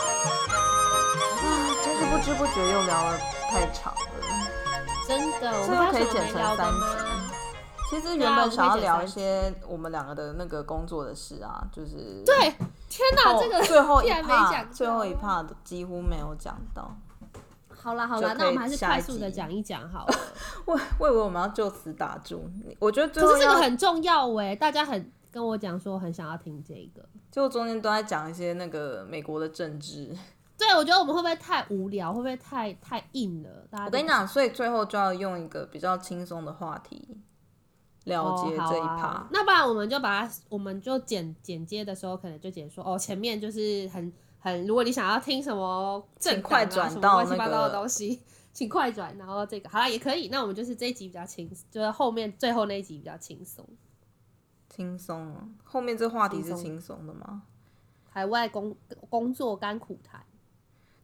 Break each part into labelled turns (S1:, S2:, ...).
S1: 啊，真是不知不觉又聊了太长了。
S2: 真的，我
S1: 这
S2: 们
S1: 又
S2: 还有
S1: 可以
S2: 什么
S1: 剪
S2: 没
S1: 成
S2: 聊的
S1: 三
S2: 吗？
S1: 其实
S2: 对
S1: 原
S2: 啊
S1: 本想要
S2: 我们可以
S1: 聊一
S2: 剪
S1: 些我们两个的那个工作的事啊，就是
S2: 对，天哪，
S1: 后
S2: 这个
S1: 最后一
S2: 竟然没
S1: 趴，
S2: 讲到
S1: 最后一趴几乎没有讲到。
S2: 好啦好
S1: 就
S2: 啦，
S1: 可
S2: 那我
S1: 以
S2: 们还是
S1: 下
S2: 快
S1: 一
S2: 速的
S1: 集
S2: 讲一 讲好了。
S1: 我我以为我们要就此打住，你我觉得最
S2: 可
S1: 后
S2: 是这个
S1: 啊要
S2: 很重要喂、大家很跟我讲说很想要听这个。
S1: 就中间都在讲一些那个美国的政治。
S2: 对，我觉得我们会不会太无聊？会不会太太硬了？大家
S1: 我跟你讲，所以最后就要用一个比较轻松的话题了
S2: 哦
S1: 结
S2: 好
S1: 这一趴。
S2: 啊。那不然我们就把它，我们就剪剪接的时候，可能就剪说哦，前面就是很很，如果你想要听什么正
S1: 请快转到
S2: 乱七八糟
S1: 那
S2: 的
S1: 个
S2: 东西，请快转，然后这个好啦也可以。那我们就是这一集比较轻，就是后面最后那一集比较轻松。
S1: 轻松哦，后面这话题是
S2: 轻松
S1: 轻松的吗？
S2: 海外工工作甘苦谈，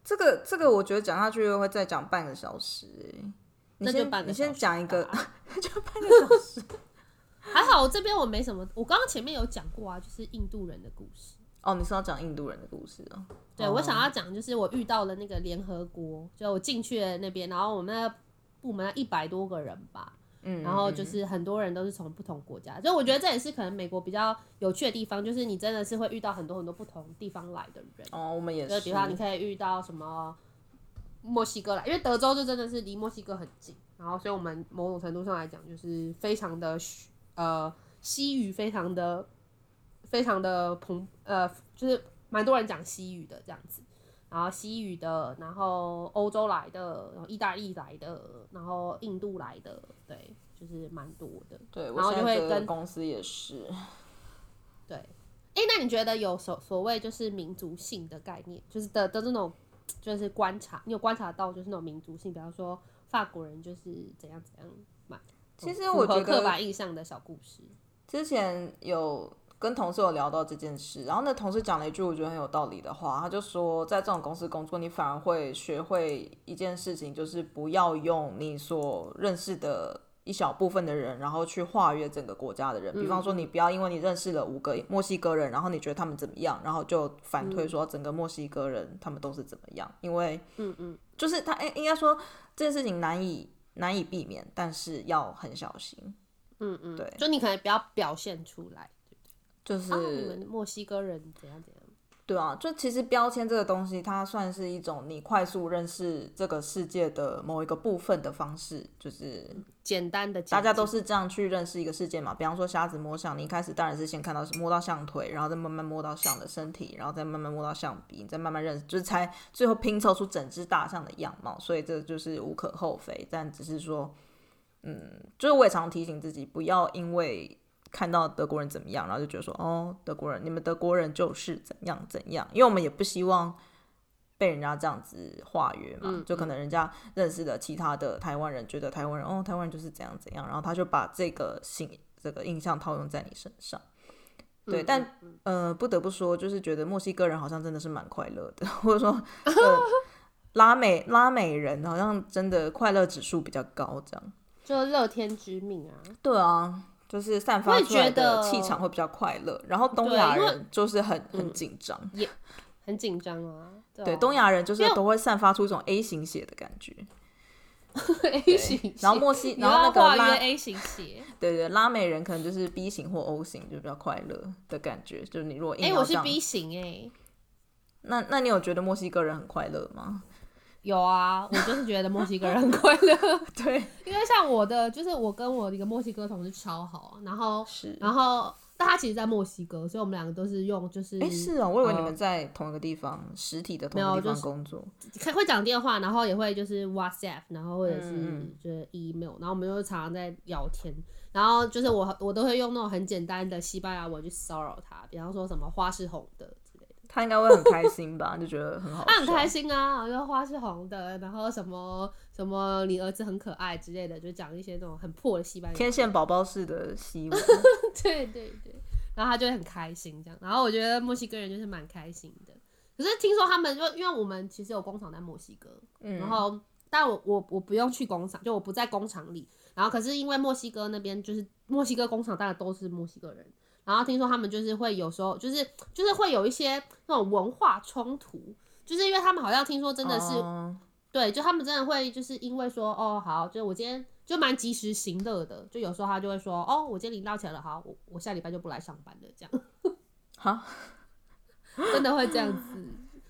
S1: 这个这个，我觉得讲下去又会再讲半个小时欸、你
S2: 那就
S1: 先
S2: 半个
S1: 你
S2: 小时
S1: 先讲一个， 就
S2: 吧
S1: 半个小时。
S2: 还好我这边我没什么，我刚刚前面有讲过啊，就是印度人的故事。
S1: 哦，你是要讲印度人的故事哦？
S2: 对，
S1: 哦
S2: 我想要讲就是我遇到了那个联合国，就我进去了那边，然后我们那个部门一百多个人吧，
S1: 嗯，
S2: 然后就
S1: 嗯
S2: 是很多人都是从不同国家，所以我觉得这也是可能美国比较有趣的地方，就是你真的是会遇到很多很多不同地方来的人，
S1: 哦，我们也，
S2: 就是比方你可以遇到什么墨西哥来，因为德州就真的是离墨西哥很近，然后所以我们某种程度上来讲就是非常的呃西语非常的非常的蓬呃，就是蛮多人讲西语的这样子。然后西语的，然后欧洲来的，然后意大利来的，然后印度来的，对，就是蛮多的。
S1: 对，我
S2: 然后
S1: 现
S2: 就
S1: 在
S2: 会
S1: 这个
S2: 跟
S1: 公司也是，
S2: 对，哎、那你觉得有所所谓就是民族性的概念，就是的的这种就是观察，你有观察到就是那种民族性，比方说法国人就是怎样怎样嘛。
S1: 其实
S2: 嗯
S1: 我
S2: 符合
S1: 觉得
S2: 刻板印象的小故事，
S1: 之前有跟同事有聊到这件事，然后那同事讲了一句我觉得很有道理的话，他就说，在这种公司工作，你反而会学会一件事情，就是不要用你所认识的。一小部分的人，然后去化约整个国家的人。
S2: 嗯
S1: 比方说，你不要因为你认识了五个墨西哥人，然后你觉得他们怎么样，然后就反推说整个墨西哥人他们都是怎么样，因为
S2: 嗯嗯，
S1: 就是他应应该说这件事情难以难以避免，但是要很小心。
S2: 嗯嗯，
S1: 对
S2: 就你可能不要表现出来，
S1: 就是、
S2: 啊，你们墨西哥人怎样怎样，
S1: 对啊，就其实标签这个东西，它算是一种你快速认识这个世界的某一个部分的方式，就是
S2: 简单的，
S1: 大家都是这样去认识一个世界嘛。比方说瞎子摸象，你一开始当然是先看到摸到象腿，然后再慢慢摸到象的身体，然后再慢慢摸到象鼻，你再慢慢认识，就是才最后拼凑出整只大象的样貌。所以这就是无可厚非，但只是说，嗯，就是我也常提醒自己，不要因为看到德国人怎么样，然后就觉得说，哦，德国人，你们德国人就是怎样怎样，因为我们也不希望。被人家这样子化约嘛，
S2: 嗯
S1: 就可能人家认识的其他的台湾人觉得台湾人哦，台湾人就是怎样怎样，然后他就把这个形这个印象套用在你身上。对，
S2: 嗯
S1: 但呃，不得不说，就是觉得墨西哥人好像真的是蛮快乐的， 或者说、 呃、拉美拉美人好像真的快乐指数比较高，这样。
S2: 就乐天知命啊，
S1: 对啊，就是散
S2: 我
S1: 发
S2: 也
S1: 出来
S2: 觉
S1: 的
S2: 得
S1: 气场会比较快乐，然后东
S2: 对啊
S1: 亚
S2: 因为
S1: 人就是很很紧张，
S2: 很紧张啊，对
S1: 对，
S2: 啊
S1: 东亚人就是
S2: 因为
S1: 都会散发出一种 A 型血的感觉。
S2: A 型
S1: 然后
S2: 血
S1: 墨西，
S2: 你
S1: 然后那
S2: 要
S1: 个
S2: 化
S1: 拉
S2: 约 A 型血。
S1: 对对，拉美人可能就是 B 型或 O 型，就比较快乐的感觉。就是你如果
S2: 哎、
S1: 硬要
S2: 我
S1: 这
S2: 是
S1: 样，
S2: B 型哎、
S1: 那那你有觉得墨西哥人很快乐吗？
S2: 有啊，我就是觉得墨西哥人很快乐，
S1: 对，
S2: 因为像我的，就是我跟我一个墨西哥同事超好，然后
S1: 是。
S2: 然后但他其实在墨西哥，所以我们两个都是用就是
S1: 哎，是哦，我以为你
S2: 呃
S1: 们在同一个地方，实体的同一
S2: 没有
S1: 个地
S2: 就
S1: 方
S2: 是
S1: 工作。
S2: 看会讲电话，然后也会就是 WhatsApp，然后或者是
S1: 嗯
S2: 就是 email，然后我们就常常在聊天，然后就是我我都会用那种很简单的西班牙文去骚扰他，比方说什么花是红的之类的。
S1: 他应该会很开心吧？就觉得很好笑。
S2: 他很开心啊，然后花是红的，然后什么什么你儿子很可爱之类的，就讲一些那种很破的西班牙
S1: 天
S2: 文。
S1: 线宝宝式的希 望。
S2: 对对对，然后他就会很开心这样。然后我觉得墨西哥人就是蛮开心的，可是听说他们就因为我们其实有工厂在墨西哥，
S1: 嗯
S2: 然后但我我我不用去工厂，就我不在工厂里。然后可是因为墨西哥那边就是墨西哥工厂，大家都是墨西哥人。然后听说他们就是会有时候就是就是会有一些那种文化冲突，就是因为他们好像听说真的是、
S1: 哦
S2: 对，就他们真的会就是因为说哦好，就我今天就蛮及时行乐的，就有时候他就会说哦我今天领到钱了，好我我下礼拜就不来上班了这样。
S1: 哈，
S2: 真的会这样 子。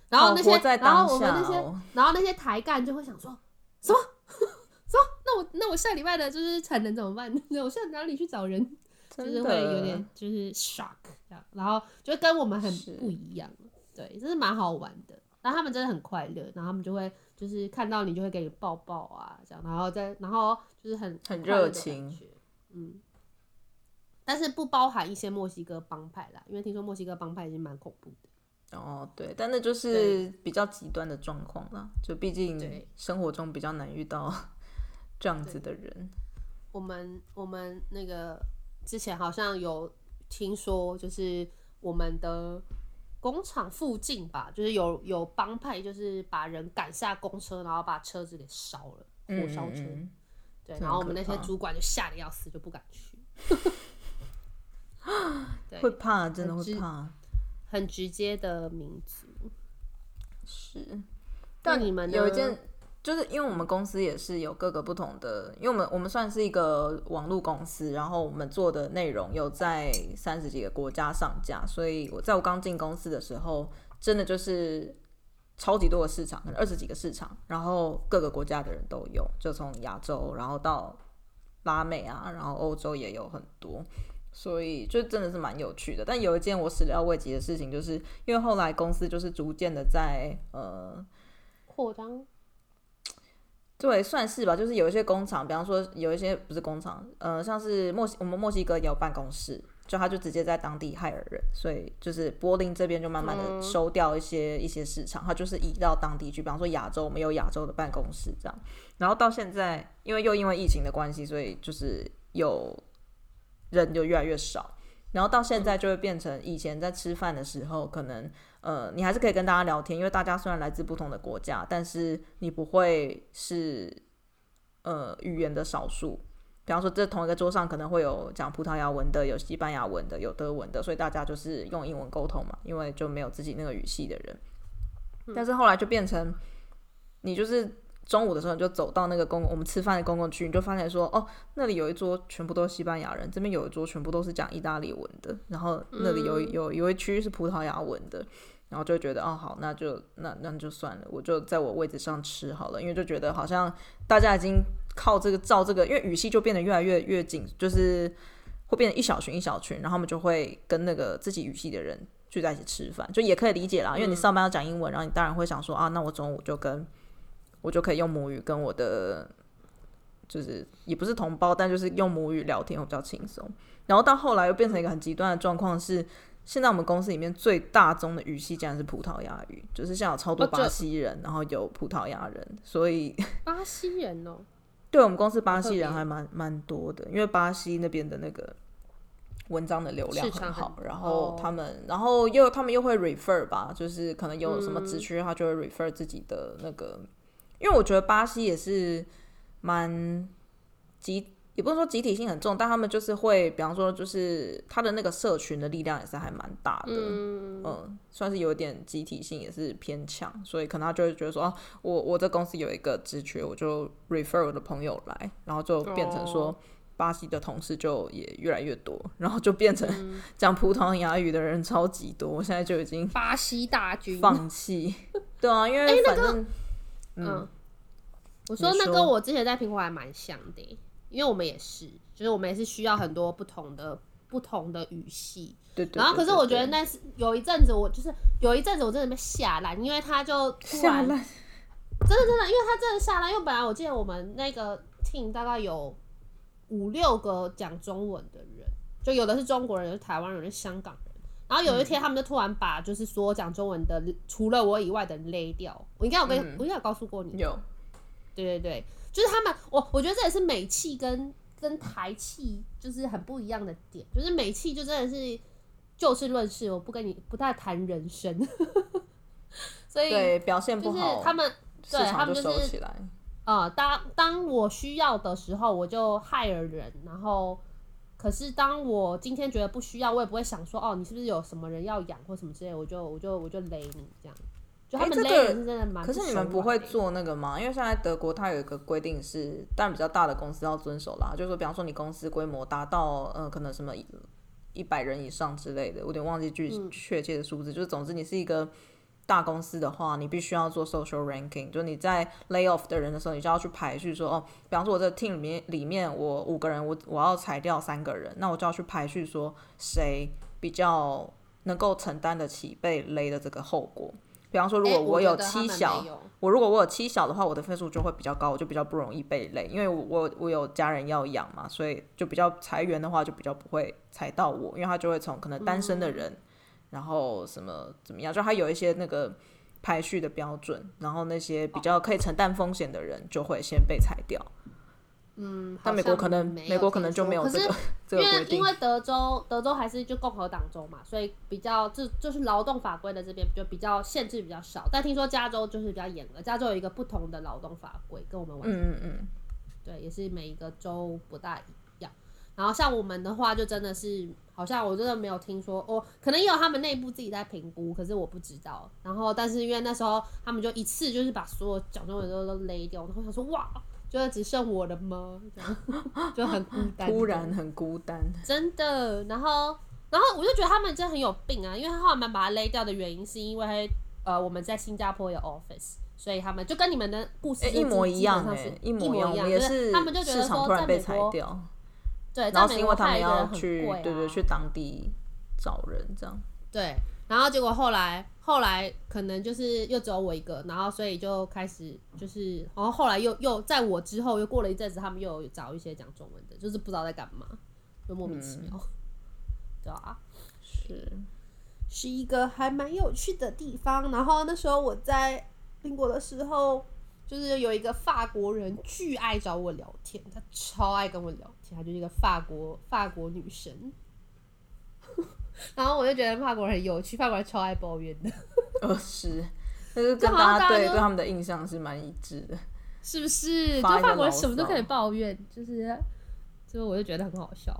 S2: 然后
S1: 好
S2: 那些
S1: 活，在
S2: 然
S1: 当
S2: 后我
S1: 下
S2: 们那些
S1: 哦，
S2: 然后那些台干就会想说，什么 什么？那我那我下礼拜的就是产能怎么办？ 我现在哪里去找人？就
S1: 真
S2: 是
S1: 的
S2: 会有点就是 shock 这样，然后就跟我们很
S1: 是
S2: 不一样。对，这是蛮好玩的。然后他们真的很快乐，然后他们就会就是看到你就会给你抱抱啊，这样，然后再然后就是很
S1: 很
S2: 快乐的
S1: 热情
S2: 感觉，嗯。但是不包含一些墨西哥帮派啦，因为听说墨西哥帮派已经蛮恐怖的。
S1: 哦，对，但那就是比较极端的状况啦，就毕竟
S2: 对
S1: 生活中比较难遇到 这样子的人。
S2: 我们我们那个之前好像有听说，就是我们的工厂附近吧，就是有有帮派，就是把人赶下公车，然后把车子给烧了，火烧车。
S1: 嗯
S2: 对，
S1: 这
S2: 然后我
S1: 很
S2: 们
S1: 可
S2: 那些
S1: 怕
S2: 主管就吓得要死，就不敢去。对，
S1: 会怕，真的会
S2: 知
S1: 怕。
S2: 很直接的民族。
S1: 是，
S2: 那你们呢
S1: 有一件，就是因为我们公司也是有各个不同的，因为我们我们算是一个网络公司，然后我们做的内容有在三十几个国家上架，所以我在我刚进公司的时候，真的就是超级多的市场，可能二十几个市场，然后各个国家的人都有，就从亚洲，然后到拉美啊，然后欧洲也有很多。所以就真的是蛮有趣的。但有一件我始料未及的事情，就是因为后来公司就是逐渐的在呃，
S2: 扩张
S1: 对，算是吧，就是有一些工厂，比方说有一些不是工厂，呃，像是墨西我们墨西哥也有办公室，就他就直接在当地害人，所以就是柏林这边就慢慢的
S2: 嗯
S1: 收掉一些、一些市场，他就是移到当地去，比方说亚洲，我们有亚洲的办公室这样。然后到现在，因为又因为疫情的关系，所以就是有人就越来越少。然后到现在就会变成以前在吃饭的时候，可能呃，你还是可以跟大家聊天，因为大家虽然来自不同的国家，但是你不会是呃语言的少数。比方说，这同一个桌上可能会有讲葡萄牙文的，有西班牙文的，有德文的，所以大家就是用英文沟通嘛，因为就没有自己那个语系的人。但是后来就变成，你就是中午的时候你就走到那个公共我们吃饭的公共区，你就发现说，哦，那里有一桌全部都是西班牙人，这边有一桌全部都是讲意大利文的，然后那里有有有一区是葡萄牙文的，然后就觉得哦好，那就那那就算了，我就在我位置上吃好了，因为就觉得好像大家已经靠这个照这个，因为语系就变得越来越越紧，就是会变成一小群一小群，然后他们就会跟那个自己语系的人聚在一起吃饭，就也可以理解啦，因为你上班要讲英文，然后你当然会想说啊，那我中午就跟我就可以用母语跟我的就是也不是同胞，但就是用母语聊天会比较轻松。然后到后来又变成一个很极端的状况是，现在我们公司里面最大宗的语系竟然是葡萄牙语，就是现在有超多
S2: 哦这
S1: 巴西人，然后有葡萄牙人，所以
S2: 巴西人哦、
S1: 对我们公司巴
S2: 特
S1: 西
S2: 别
S1: 人还蛮蛮多的，因为巴西那边的那个文章的流量
S2: 市场
S1: 很好，
S2: 很
S1: 然后
S2: 哦
S1: 他们，然后又他们又会 refer 吧，就是可能有什么
S2: 嗯
S1: 职区，他就会 refer 自己的那个，因为我觉得巴西也是蛮集，也不是说集体性很重，但他们就是会，比方说就是他的那个社群的力量也是还蛮大的，
S2: 嗯，
S1: 嗯，算是有点集体性，也是偏强，所以可能他就会觉得说，哦，我我这公司有一个职缺，我就 refer 我的朋友来，然后就变成说，
S2: 哦
S1: 巴西的同事就也越来越多，然后就变成
S2: 嗯
S1: 讲葡萄牙语的人超级多，我现在就已经
S2: 巴西大军。
S1: 放弃， 对啊，因
S2: 哎
S1: 为反正、
S2: 嗯，
S1: 你
S2: 我说那
S1: 说
S2: 跟我之前在苹果还蛮像的耶，因为我们也是，就是我们也是需要很多不同的不同的语系。
S1: 对对对
S2: 然后，可是我觉
S1: 对
S2: 得那是有一阵子，我就是有一阵子我真的被吓烂，因为他就突
S1: 下
S2: 然
S1: 来
S2: 真的真的，因为他真的下来，因为本来我记得我们那个 team 大概有五六个讲中文的人，就有的是中国人，有的是台湾人，有的是香港人。然后有一
S1: 嗯
S2: 天，他们就突然把就是所有讲中文的，除了我以外的人勒掉。我应该有跟、
S1: 嗯
S2: 我应该有告诉过你，
S1: 有
S2: 对对对，就是他们，我我觉得这也是美气跟跟台气就是很不一样的点，就是美气就真的是就事论事，我不跟你不太谈人生，所以
S1: 对表现
S2: 就
S1: 不
S2: 是
S1: 好，
S2: 他们
S1: 市
S2: 对他
S1: 场
S2: 们
S1: 就
S2: 就
S1: 收
S2: 是
S1: 起来，
S2: 呃，当当我需要的时候，我就害了人，然后可是当我今天觉得不需要，我也不会想说哦，你是不是有什么人要养或什么之类，我就我就我就勒你这样，就他
S1: 诶
S2: 们
S1: 这
S2: 勒
S1: 个
S2: 人是真的蛮、欸
S1: 可是你们不会。做那个吗？因为现在德国它有一个规定是，但比较大的公司要遵守啦，就是说，比方说你公司规模达到呃，可能什么一百人以上之类的，我有点忘记具确切的数字。就是总之你是一个大公司的话，你必须要做 social ranking，就是你在 lay off 的人的时候，你就要去排序说，哦，比方说我这个 team 里面里面我五个人，我我要裁掉三个人，那我就要去排序说谁比较能够承担得起被勒的这个后果。比方说，如
S2: 诶
S1: 果
S2: 我觉
S1: 有
S2: 得他
S1: 七
S2: 们
S1: 小，
S2: 没有
S1: 我如果我有七小的话，我的分数就会比较高，我就比较不容易被累，因为我我我有家人要养嘛，所以就比较裁员的话就比较不会裁到我，因为他就会从可能单身的人，
S2: 嗯
S1: 然后什么怎么样，就他有一些那个排序的标准，然后那些比较可以承担风险的人就会先被裁掉。
S2: 嗯，
S1: 但
S2: 好
S1: 美国
S2: 像
S1: 可能
S2: 没
S1: 美
S2: 有
S1: 国可
S2: 听
S1: 能就
S2: 说
S1: 没有
S2: 可
S1: 这
S2: 是
S1: 个 这
S2: 因
S1: 个规
S2: 为因
S1: 定。
S2: 为德州德州还是就共和党州嘛，所以比较就就是劳动法规的这边就比较限制比较少，但听说加州就是比较严格，加州有一个不同的劳动法规跟我们完全
S1: 嗯嗯嗯，
S2: 对，也是每一个州不大一样。然后像我们的话，就真的是好像我真的没有听说，哦，可能也有他们内部自己在评估，可是我不知道。然后但是因为那时候他们就一次就是把所有奖状人都都勒掉，然后我想说哇，就是只剩我的吗？这样 就很孤 单，
S1: 突然很孤单。
S2: 真的。然后，然后我就觉得他们真的很有病啊，因为他后来把他勒掉的原因是因为呃我们在新加坡有 office，所以他们就跟你们的故事
S1: 哎、
S2: 就
S1: 一模
S2: 基
S1: 一
S2: 本
S1: 样
S2: 上
S1: 哎、
S2: 是
S1: 一
S2: 模
S1: 模一
S2: 一
S1: 样，我
S2: 样，
S1: 们也
S2: 就是他们就觉
S1: 市
S2: 得
S1: 场
S2: 说
S1: 突然
S2: 在
S1: 被
S2: 美
S1: 裁
S2: 国
S1: 掉，
S2: 对，
S1: 然
S2: 在
S1: 后是
S2: 美
S1: 因
S2: 国
S1: 为他们
S2: 派一个人
S1: 要
S2: 很
S1: 去，
S2: 贵啊
S1: 对对，去当地找人这样。
S2: 对，然后结果后来后来可能就是又只有我一个，然后所以就开始就是，然后后来又又在我之后又过了一阵子，他们又有找一些讲中文的，就是不知道在干嘛，就莫名其妙，
S1: 嗯
S2: 对啊，
S1: 是，
S2: 是一个还蛮有趣的地方。然后那时候我在英国的时候，就是有一个法国人巨爱找我聊天，他超爱跟我聊天，她就是一个法国法国女神。 然后我就觉得法国人很有趣，法国人超爱抱怨的，
S1: 呃是，但是
S2: 就
S1: 跟
S2: 好
S1: 大家
S2: 像大家
S1: 对
S2: 都
S1: 对他们的印象是蛮一致的。
S2: 是不是？就
S1: 发一个
S2: 法国人
S1: 牢
S2: 什么都
S1: 骚
S2: 可以抱怨，就是，就我就觉得很好笑。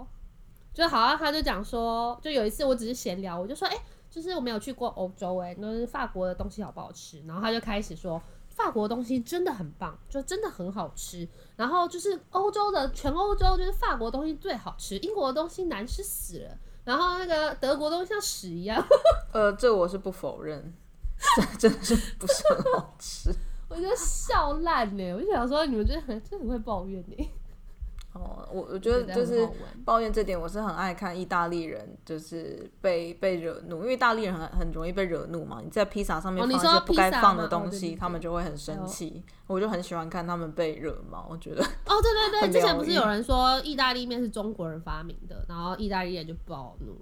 S2: 就好啊像他就讲说，就有一次我只是闲聊，我就说，哎、就是我没有去过欧洲、诶，哎，就是法国的东西好不好吃？然后他就开始说，法国的东西真的很棒，就真的很好吃。然后就是欧洲的全欧洲，就是法国东西最好吃，英国的东西难吃死了。然后那个德国东西像屎一样，
S1: 呃，这我是不否认， 这真的是不是很好吃。
S2: 我就笑烂呢、我就想说，你们真的很真的很会抱怨呢、
S1: 哦，我我觉
S2: 觉
S1: 得
S2: 得
S1: 就
S2: 很
S1: 是
S2: 好玩
S1: 抱怨这点，我是很爱看意大利人，就是被被惹怒，因为意大利人很很容易被惹怒嘛。你在披萨上面
S2: 哦你
S1: 放一
S2: 说
S1: 些不该
S2: 披萨
S1: 放
S2: 吗
S1: 的
S2: 哦
S1: 东
S2: 对
S1: 西，
S2: 对
S1: 他们
S2: 对
S1: 就会很
S2: 哎
S1: 生
S2: 呦
S1: 气。我就很喜欢看他们被惹毛，我觉得
S2: 哦，对对对，
S1: 很
S2: 之前
S1: 疗
S2: 不是
S1: 愈
S2: 有人说意大利面是中国人发明的，然后意大利人就暴怒。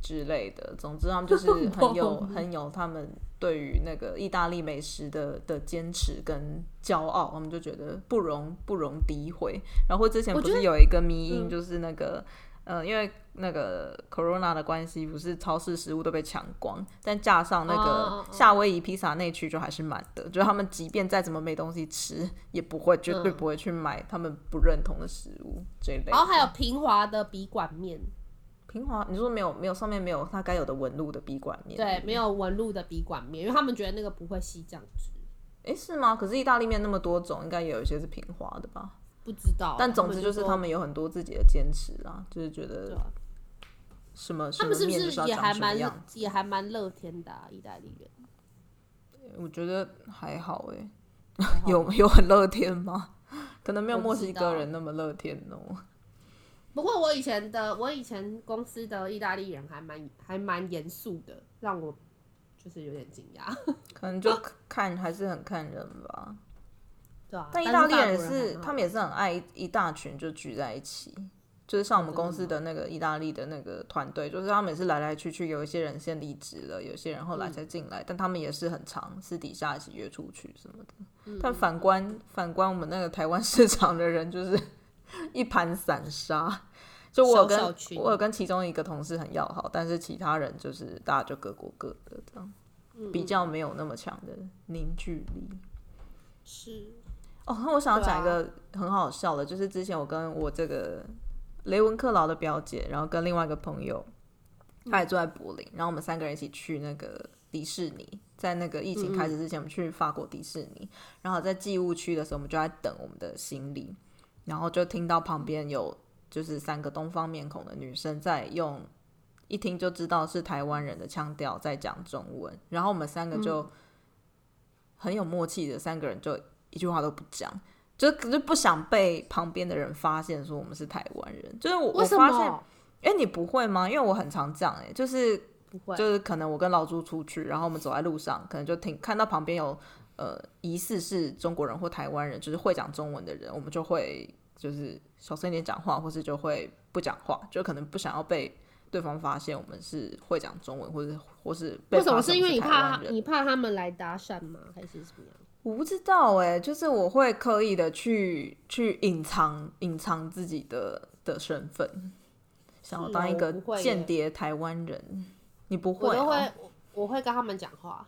S1: 之类的。总之，他们就 是很有很有他们对于那个意大利美食的的坚持跟骄傲，他们就觉得不容不容诋毁。然后之前
S2: 我
S1: 不
S2: 觉得嗯
S1: 是有一个迷因，就是那个。呃，因为那个 corona 的关系，不是超市食物都被抢光，但架上那
S2: 哦哦
S1: 个
S2: 哦
S1: 夏威夷披萨那区就还是满的，就是他们即便再怎么没东西吃，也不会绝对
S2: 嗯哦
S1: 不会去买他们不认同的食物这一类的。
S2: 然后还有平滑的笔管面，
S1: 平滑，你说没有没有上面没有它该有的纹路的笔管面，
S2: 对，没有纹路的笔管面，因为他们觉得那个不会吸酱汁。
S1: 诶，是吗？可是意大利面那么多种，应该也有一些是平滑的吧？
S2: 不知道，
S1: 但总之就是
S2: 说
S1: 他们有很多自己的坚持啦，就是觉
S2: 对
S1: 得
S2: 啊
S1: 什么什
S2: 他
S1: 么
S2: 们是不
S1: 面就是
S2: 是
S1: 要
S2: 也还
S1: 长什么
S2: 蛮
S1: 样。
S2: 也还蛮乐天的、啊、意大利人？
S1: 我觉得还好诶，
S2: 还好
S1: 有有很乐天吗？可能没有
S2: 我不
S1: 墨
S2: 知
S1: 西
S2: 道
S1: 哥人那么乐天哦。
S2: 不过我以前的我以前公司的意大利人还蛮还蛮严肃的，让我就是有点惊讶。
S1: 可能
S2: 啊
S1: 就看还是很看人吧。
S2: 对啊，
S1: 但意
S2: 是嗯
S1: 大利
S2: 法
S1: 人也
S2: 国
S1: 是，
S2: 很好
S1: 他们也是很爱一一大群就聚在一起，就是像我们
S2: 真的
S1: 公司的那个意大利的那个团队，就是他们也是来来去去，有一些人先离职了，有些人后
S2: 嗯
S1: 来才进来，但他们也是很常私底下一起约出去什么的。
S2: 嗯
S1: 但反观反观我们那个台湾 市场的人，就是 一盘散沙。就我有跟
S2: 小小群
S1: 我有跟其中一个同事很要好，但是其他人就是大家就各过各的
S2: 嗯
S1: 这样，比较没有那么强的凝聚力。
S2: 是
S1: 哦，那我想要讲一
S2: 对
S1: 个很好笑的，就是之前我跟我这个雷文克劳的表姐，然后跟另外一个朋友，他也住在柏林，然后我们三个人一起去那个迪士尼，在那个疫情开始之前，我们去法国迪士尼，然后在寄物区的时候，我们就在等我们的行李，然后就听到旁边有就是三个东方面孔的女生在用。一听就知道是台湾人的腔调在讲中文，然后我们三个
S2: 嗯
S1: 就很有默契的，三个人就一句话都不讲，就可是不想被旁边的人发现说我们是台湾人。就是我
S2: 为
S1: 我
S2: 什
S1: 发现，
S2: 么
S1: 哎、你不会吗？因为我很常这样、哎，就是
S2: 不会？
S1: 就是可能我跟老朱出去，然后我们走在路上，可能就听看到旁边有呃疑似是中国人或台湾人，就是会讲中文的人，我们就会就是小声一点讲话，或是就会不讲话，就可能不想要被对方发现我们是会讲中文，或者或是被
S2: 为什么
S1: 发现
S2: 是因为
S1: 我
S2: 你
S1: 们台
S2: 怕
S1: 湾人
S2: 你怕他们来搭讪吗？还是怎么样？
S1: 我不知道哎、就是我会刻意的去去隐藏隐藏自己的的身份，想要
S2: 是
S1: 当
S2: 哦
S1: 一
S2: 我
S1: 个
S2: 不会耶
S1: 间谍台湾人。你不
S2: 我
S1: 会、
S2: 都
S1: 哦？
S2: 会，我我会跟他们讲话。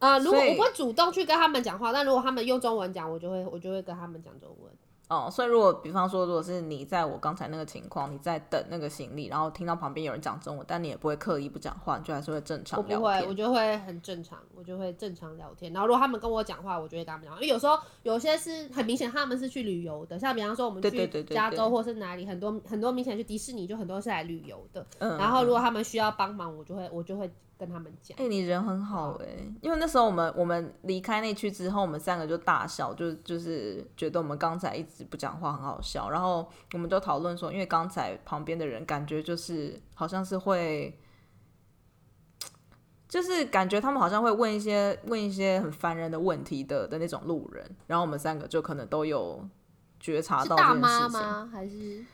S2: 啊、如果
S1: 所以
S2: 我不会主动去跟他们讲话，但如果他们用中文讲，我就会我就会跟他们讲中文。
S1: 哦，所以如果比方说，如果是你在我刚才那个情况，你在等那个行李，然后听到旁边有人讲中文，但你也不会刻意不讲话，你就还是会正常
S2: 我
S1: 聊
S2: 不会，我
S1: 天。
S2: 就会很正常，我就会正常聊天。然后如果他们跟我讲话，我就会跟他们讲话。因为有时候有些是很明显他们是去旅游的，像比方说我们
S1: 对对
S2: 去
S1: 对对
S2: 加
S1: 对
S2: 州或是哪里，很多很多明显去迪士尼，就很多是来旅游的。
S1: 嗯
S2: 然后如果他们需要帮忙，我就会我就会跟他们讲
S1: 哎、。你人很好
S2: 嗯
S1: 哎、因为那时候我们我们离开那区之后，我们三个就大笑，就就是觉得我们刚才一直不讲话很好笑，然后我们就讨论说，因为刚才旁边的人感觉就是好像是会，就是感觉他们好像会问一些问一些很烦人的问题的的那种路人，然后我们三个就可能都有觉察
S2: 是
S1: 到这
S2: 大
S1: 件
S2: 妈
S1: 事情。
S2: 吗？还是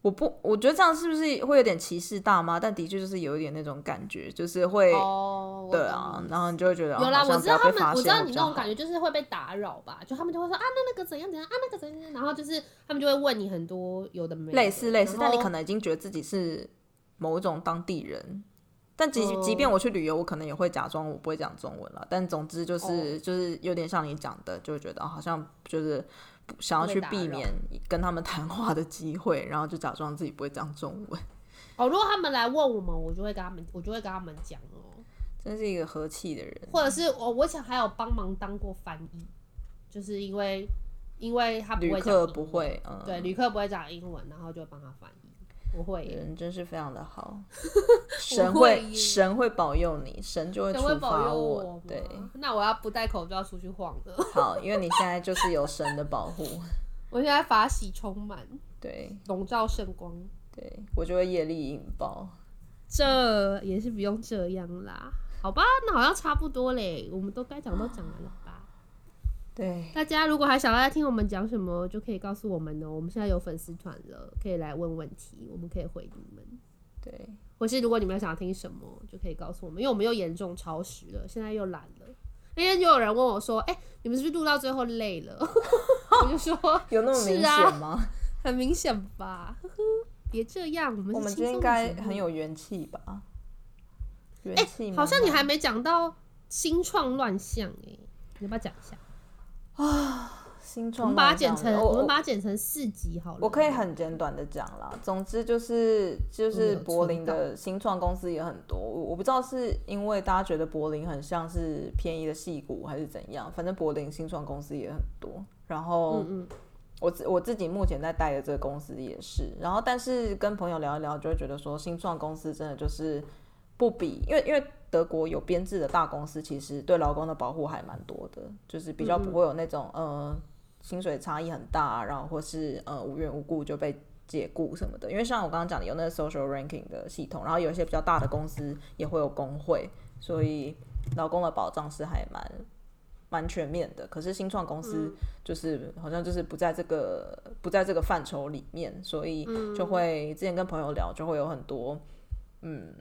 S1: 我不，我觉得这样是不是会有点歧视大妈？但的确就是有一点那种感觉，就是会。
S2: 哦？我
S1: 对
S2: 懂
S1: 啊
S2: 你，
S1: 然后你就会觉得
S2: 有啦，我知道他们，我知道你那种感
S1: 觉，
S2: 觉就是会被打扰吧，就他们就会说啊，那那个怎样怎样啊，那个怎样怎样，然后就是他们就会问你很多有的没的
S1: 类似类似，
S2: 然
S1: 但你
S2: 后
S1: 可能已经觉得自己是某一种当地人。但即
S2: 嗯
S1: 即便我去旅游，我可能也会假装我不会讲中文了。但总之就是、
S2: 哦
S1: 就是有点像你讲的，就会觉得哦好像就是不想要
S2: 被
S1: 去
S2: 打
S1: 避
S2: 扰
S1: 免跟他们 谈话的机会，然后就假装自己不会讲中文，
S2: 哦，如果他们来问我们，我就会跟他们，我就会跟他们讲哦，
S1: 真是一个和气的人。
S2: 或者是我我以前还有帮忙当过翻译，就是因为因为他不
S1: 旅
S2: 会讲
S1: 客
S2: 英文
S1: 不，会，嗯，
S2: 对，旅客不会讲英文，然后就帮他翻译，我会耶。
S1: 人真是非常的好， 神
S2: 会
S1: 会
S2: 耶
S1: 神会保佑你，神就会
S2: 神会
S1: 处
S2: 保
S1: 罚
S2: 佑
S1: 我
S2: 吗，
S1: 对。，
S2: 那我要不戴口罩出去晃了。
S1: 好，因为你现在就是有神的保护，
S2: 我现在法喜充满，
S1: 对
S2: 笼罩圣光。
S1: 对，我就会业力引爆。
S2: 这也是不用这样啦，好吧，那好像差不多嘞，我们都该讲都讲完了吧？
S1: 对，
S2: 大家如果还想要听我们讲什么，就可以告诉我们哦。我们现在有粉丝团了，可以来问问题，我们可以回你们。
S1: 对，
S2: 或是如果你们想要听什么，就可以告诉我们，因为我们又严重超时了，现在又懒了。那天就有人问我说：“哎、你们是不是录到最后累了？” 我就说
S1: 有那么明
S2: 是啊
S1: 显吗？：“
S2: 很明显吧，呵呵，别这样，我们
S1: 我
S2: 是
S1: 们
S2: 轻
S1: 就
S2: 松
S1: 应
S2: 的
S1: 该
S2: 节目
S1: 很有元气吧？元
S2: 哎、
S1: 气、
S2: 好像你还没讲到新创乱象哎、你要不要讲一下？
S1: 新
S2: 我
S1: 创
S2: 们把它
S1: 乱象
S2: 剪
S1: 的，
S2: 成，
S1: 我
S2: 我们
S1: 我
S2: 把它剪成四集好了。
S1: 我可以很简短的讲啦，总之就是就
S2: 我没
S1: 是
S2: 有
S1: 柏林
S2: 存档
S1: 的新创公司也很多，我我不知道是因为大家觉得柏林很像是便宜的戏骨还是怎样，反正柏林新创公司也很多。然后
S2: 嗯嗯，
S1: 我自我自己目前在带的这个公司也是，然后但是跟朋友聊一聊，就会觉得说新创公司真的就是不比，因为因为德国有编制的大公司，其实对劳工的保护还蛮多的，就是比较不会有那种呃薪水差异很大，然后或是呃无缘无故就被解雇什么的。因为像我刚刚讲的有那个 social ranking 的系统，然后有一些比较大的公司也会有工会，所以劳工的保障是还蛮蛮全面的。可是新创公司就是、好像就是不在这个不在这个范畴里面，所以
S2: 嗯
S1: 就会、之前跟朋友聊，就会有很多嗯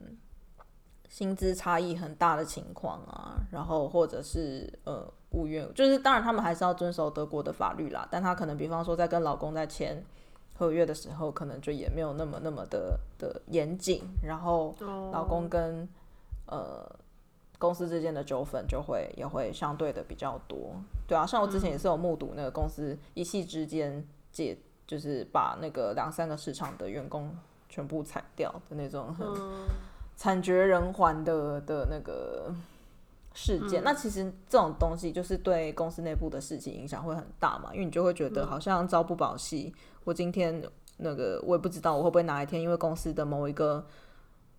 S1: 薪资差异很大的情况啊，然后或者是呃无缘，就是当然他们还是要遵守德国的法律啦，但他可能比方说在跟老公在签合约的时候，可能就也没有那么那么的的严谨，然后
S2: 哦
S1: 老公跟呃公司之间的纠纷就会也会相对的比较多。对啊，像我之前也是有目睹那个公司一夕之间解，就是把那个两三个市场的员工全部裁掉的那种很惨绝人寰的的那个事件。那其实这种东西就是对公司内部的事情影响会很大嘛，因为你就会觉得好像朝不保夕，我今天那个我也不知道我会不会哪一天因为公司的某一个。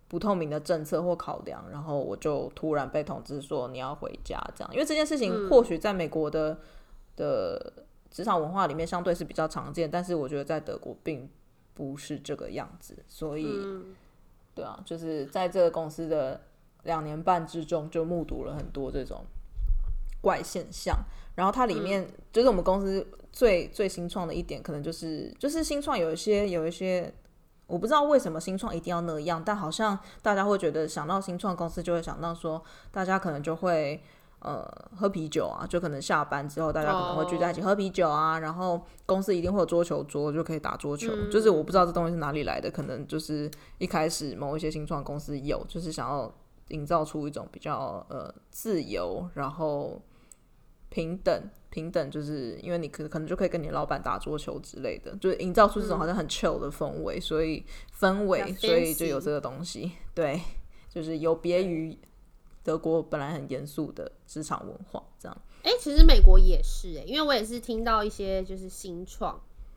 S1: 不透明的政策或考量，然后我就突然被通知说你要回家，这样，因为这件事情或许在美国的、的职场文化里面相对是比较常见，但是我觉得在德国并不是这个样子，所以，对啊，就是在这个公司的两年半之中，就目睹了很多这种怪现象。然后它里面、就是我们公司最最新创的一点，可能就是就是新创有一些有一些我不知道为什么新创一定要那样，但好像大家会觉得想到新创公司就会想到说，大家可能就会呃喝啤酒啊，就可能下班之后大家可能会聚在一起喝啤酒啊然后公司一定会有桌球桌，就可以打桌球。
S2: 嗯
S1: 就是我不知道这东西是哪里来的，可能就是一开始某一些新创公司有，就是想要营造出一种比较呃自由，然后平等。平等就是因为你可可能就可以跟你老板打桌球之类的，就是营造出这种好像很 chill 的氛围，所以氛围，
S2: 嗯比较
S1: 所以就
S2: fancy
S1: 有这个东西。对，就是有别于德国本来很严肃的职场文化，这样。
S2: 哎、其实美国也是哎、因为我也是听到一些就是新创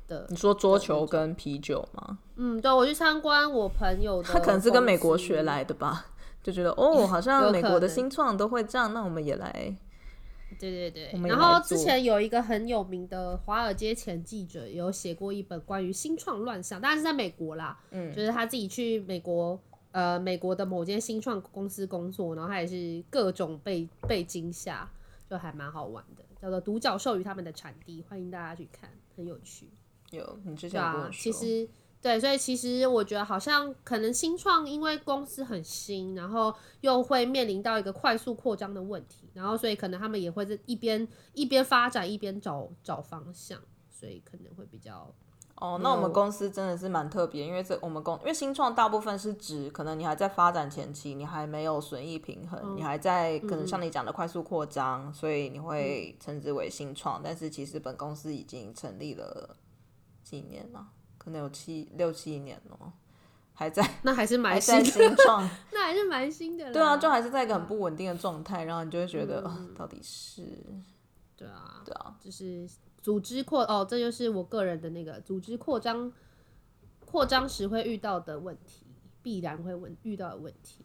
S2: 呃的，
S1: 你说桌球跟啤酒吗？
S2: 嗯，对我去参观我朋友的，
S1: 他可能是跟美国学，来的吧，就觉得哦，好
S2: 有
S1: 像
S2: 可
S1: 美国的
S2: 能
S1: 新创都会这样，那我们也来。
S2: 对对对
S1: 我。们也
S2: 然后
S1: 来做
S2: 之前有一个很有名的华尔街前记者有写过一本关于新创乱象，当然是在美国啦，嗯，就是他自己去美国。呃，美国的某间新创公司工作，然后他也是各种被被惊吓，就还蛮好玩的，叫做《独角兽与他们的产地》，欢迎大家去看，很有趣。
S1: 有，你之
S2: 对
S1: 前有跟
S2: 啊
S1: 我，
S2: 其
S1: 说，
S2: 实对，所以其实我觉得好像可能新创因为公司很新，然后又会面临到一个快速扩张的问题，然后所以可能他们也会在一边一边发展一边找找方向，所以可能会比较
S1: 哦，那我们公司真的是蛮特别，因为这我们公因为新创大部分是指可能你还在发展前期，你还没有损益平衡，你还在可能像你讲的快速扩张，所以你会称之为新创。但是其实本公司已经成立了几年了，可能有七六七年哦，还在
S2: 那还是蛮
S1: 还
S2: 新
S1: 在
S2: 的，
S1: 新创。
S2: 那还是蛮新的啦。
S1: 对啊，就还是在一个很不稳定的状态，然后你就会觉得，呃到底是
S2: 对啊，
S1: 对啊，
S2: 就是组织扩哦，这就是我个人的那个组织扩张扩张时会遇到的问题，必然会问遇到的问题。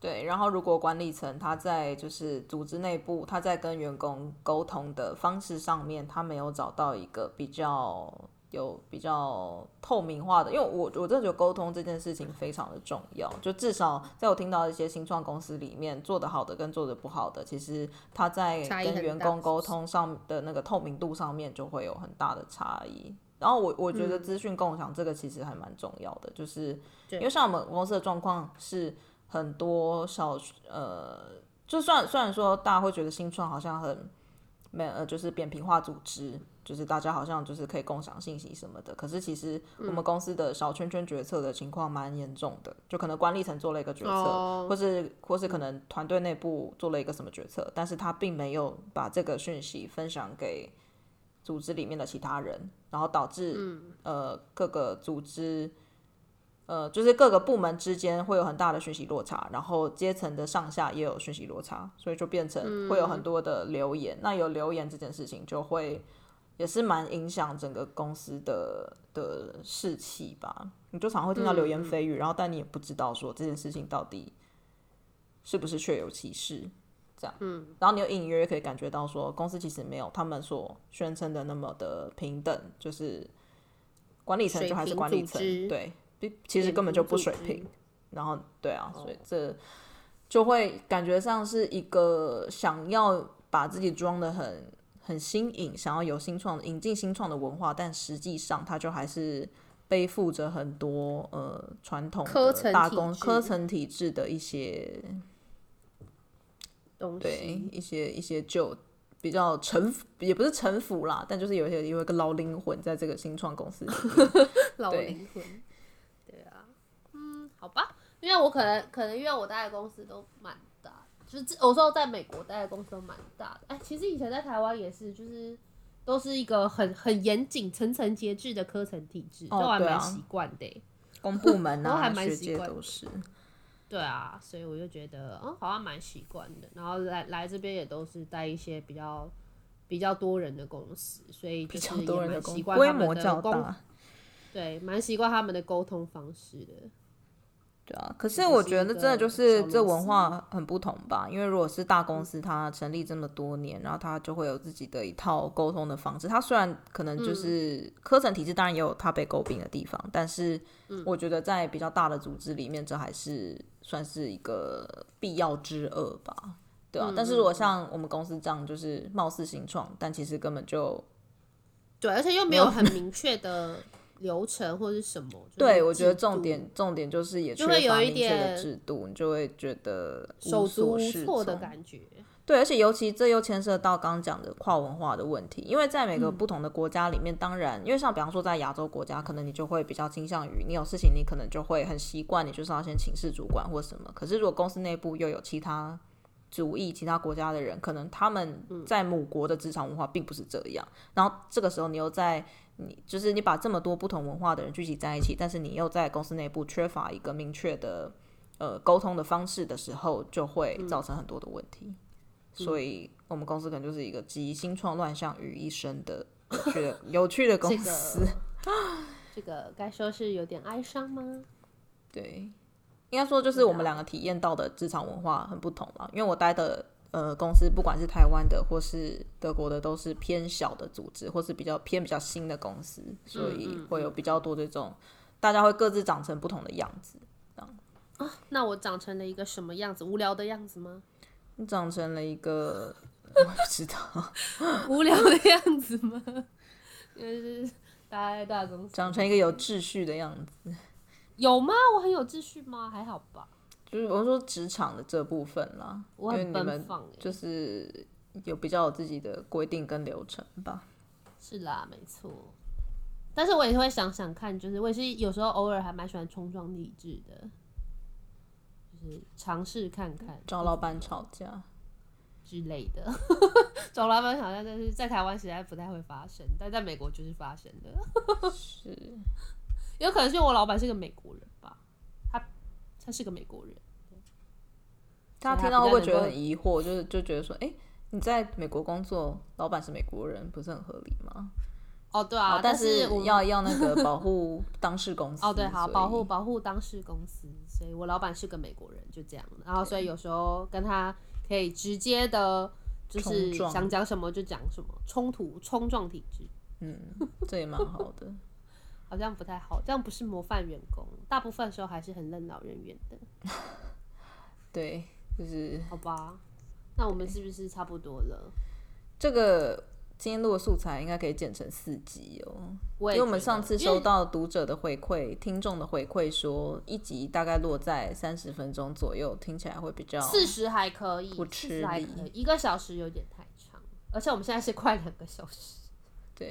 S1: 对。然后如果管理层他在就是组织内部，他在跟员工沟通的方式上面，他没有找到一个比较有比较透明化的，因为我我真的觉得沟通这件事情非常的重要。就至少在我听到一些新创公司里面做得好的跟做得不好的，其实他在
S2: 差异很
S1: 跟
S2: 大
S1: 员
S2: 是不
S1: 工
S2: 是
S1: 沟通上的那个透明度上面就会有很大的差异。然后我我觉
S2: 嗯
S1: 得资讯共享这个其实还蛮重要的，就是因为像我们公司的状况是很多小呃，就算虽然说大家会觉得新创好像很没有呃，就是扁平化组织，就是大家好像就是可以共享信息什么的，可是其实我们公司的小圈圈决策的情况蛮严重的，就可能管理层做了一个决策，
S2: 哦
S1: 或是或是可能团队内部做了一个什么决策，但是他并没有把这个讯息分享给组织里面的其他人，然后导致、呃各个组织。呃，就是各个部门之间会有很大的讯息落差，然后阶层的上下也有讯息落差，所以就变
S2: 嗯
S1: 成会有很多的留言。那有留言这件事情，就会也是蛮影响整个公司的的士气吧。你就常会听到
S2: 嗯
S1: 流言蜚语，然后但你也不知道说这件事情到底是不是确有其事，这样。嗯，然后你又隐隐约约可以感觉到说，公司其实没有他们所宣称的那么的平等，就是管理层
S2: 水
S1: 就还是
S2: 平
S1: 管理
S2: 组
S1: 层，
S2: 织
S1: 对，比其实
S2: 扁
S1: 根本就
S2: 平
S1: 不
S2: 组
S1: 水
S2: 织
S1: 平。然后对啊，
S2: 哦
S1: 所以这就会感觉上是一个想要把自己装的很很新颖，想要有新创引进新创的文化，但实际上它就还是背负着很多呃传统的
S2: 科层
S1: 大
S2: 体
S1: 公
S2: 制
S1: 科层体制的一些
S2: 东西
S1: 对一些一些旧。比较城府也不是城府啦，但就是有一些有一个老灵魂在这个新创公司 里面
S2: 老
S1: 对
S2: 灵魂。对啊，嗯，好吧，因为我可能可能因为我待的公司都蛮大的，就是这我说在美国待的公司都蛮大的，哎，其实以前在台湾也是，就是都是一个很很严谨、层层节制的科层体制，
S1: 哦
S2: 都还
S1: 对啊
S2: 蛮习惯的欸、
S1: 公部门
S2: 我
S1: 啊
S2: 还，蛮
S1: 学
S2: 习
S1: 界
S2: 惯
S1: 都是。
S2: 对啊，所以我就觉得，嗯，好像蛮习惯的。然后来来这边也都是待一些比较比较多人的公司，所以
S1: 比
S2: 就
S1: 较
S2: 是
S1: 多
S2: 也
S1: 人的
S2: 蛮
S1: 公
S2: 习
S1: 司
S2: 惯
S1: 规
S2: 他们
S1: 模
S2: 的
S1: 较
S2: 沟，
S1: 大，
S2: 对，蛮习惯他们的沟通方式的。
S1: 对啊。可
S2: 就是是
S1: 我
S2: 一
S1: 觉得
S2: 个
S1: 真的就
S2: 小
S1: 是
S2: 公
S1: 这文
S2: 司
S1: 化很不同吧，因为如果是大公司，它成立这么多年，然后它就会有自己的一套沟通的方式。它虽然可能
S2: 嗯
S1: 就是科层体制，当然也有它被诟病的地方，但是
S2: 嗯
S1: 我觉得在比较大的组织里面，这还是算是一个必要之恶吧。对啊，但
S2: 嗯
S1: 是如果像我们公司这样，就是貌似新创，但其实根本就
S2: 对，而且又没有很明确的流程或是 什么。就是
S1: 对，我觉得
S2: 制
S1: 重
S2: 度
S1: 点重点就是也缺
S2: 会有
S1: 乏
S2: 一
S1: 明确的
S2: 点
S1: 制度，你就会觉得无
S2: 手足
S1: 所
S2: 无
S1: 适
S2: 措的
S1: 从
S2: 感觉。
S1: 对，而且尤其这又牵涉到刚刚讲的跨文化的问题，因为在每个
S2: 嗯
S1: 不同的国家里面，当然，因为像比方说在亚洲国家，可能你就会比较倾向于你有事情，你可能就会很习惯，你就是要先请示主管或什么。可是如果公司内部又有其他主义、其他国家的人，可能他们
S2: 嗯
S1: 在母国的职场文化并不是这样。然后这个时候你又在你就是你把这么多不同文化的人聚集在一起，但是你又在公司内部缺乏一个明确的呃沟通的方式的时候，就会
S2: 嗯
S1: 造成很多的问题。所以我们公司可能就是一个集新创乱象于一身的有趣的有趣的公
S2: 这个
S1: 司。
S2: 这个该说是有点哀伤吗？
S1: 对，应该说就是
S2: 啊
S1: 我们两个体验到的职场文化很不同嘛。因为我待的呃公司，不管是台湾的或是德国的，都是偏小的组织，或是比较偏比较新的公司，所
S2: 嗯
S1: 以会有比较多这种大家会各自长成不同的样子。
S2: 那我长成了一个什么样子？无聊的样子吗？
S1: 你长成了一个我也不知道，
S2: 无聊的样子吗？就是大家在大公司
S1: 长成一个有秩序的样子。
S2: 有吗？我很有秩序吗？还好吧，
S1: 就是我说职场的这部分啦，因
S2: 我
S1: 为
S2: 很
S1: 你
S2: 奔
S1: 们
S2: 放哎、
S1: 就是有比较有自己的规定跟流程吧。
S2: 是啦，没错。但是我也是会想想看，就是我也是有时候偶尔还蛮喜欢冲撞励志的，就是尝试看看
S1: 找老板吵 架，
S2: 之类的。 找老板好像但是在台湾实在不太会发生，但在美国就是发生的。
S1: 是
S2: 有可能是我老板是个美国人吧，他他是个美国人，
S1: 大家
S2: 所
S1: 听
S2: 以他
S1: 到会
S2: 比
S1: 不会觉得
S2: 较能够
S1: 很疑惑？就是就觉得说，哎、你在美国工作，老板是美国人，不是很合理吗？
S2: 哦，对啊，
S1: 哦但
S2: 但是我们
S1: 要要那个保护当事公司
S2: 哦，对，好，
S1: 所以
S2: 保护保护当事公司，所以我老板是个美国人，就这样。然后，所以有时候跟他可以直接的，就
S1: 冲
S2: 是
S1: 撞
S2: 想讲什么就讲什么，冲突冲撞体制
S1: 嗯，这也蛮好的。
S2: 好像不太好，这样不是模范员工，大部分时候还是很任劳任怨的，
S1: 对，就是
S2: 好吧？那我们是不是差不多了？
S1: 这个今天录的素材应该可以剪成四集哦。
S2: 我也
S1: 因为我们
S2: 觉得
S1: 上次
S2: 因为
S1: 收到读者的回馈、听众的回馈说，一集大概落在三十分钟左右，听起来会比较
S2: 四十还可以，
S1: 不
S2: 四
S1: 吃
S2: 十还
S1: 力
S2: 可以，一个小时有点太长，而且我们现在是快两个小时。
S1: 对，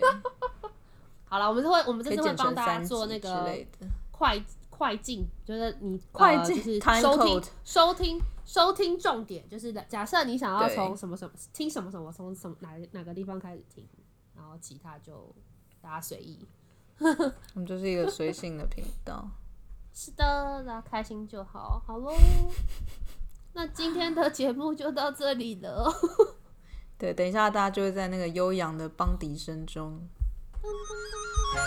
S2: 好了，我们是会，我们这
S1: 可以
S2: 次会
S1: 剪
S2: 帮
S1: 成
S2: 大
S1: 三
S2: 家
S1: 集
S2: 做那
S1: 之
S2: 个
S1: 类的。
S2: 快快进，就是你
S1: 快
S2: 呃
S1: 进
S2: 就是
S1: time
S2: 收听
S1: code
S2: 收听收听重点，就是假设你想要
S1: 对
S2: 从什么什么听什么什么，从什么哪哪个地方开始听，然后其他就大家随意。
S1: 我们就是一个随性的频道。
S2: 是的，大家开心就好，好喽。 那今天的节目就到这里了，哦
S1: 对，等一下大家就会在那个悠扬的邦迪声中。对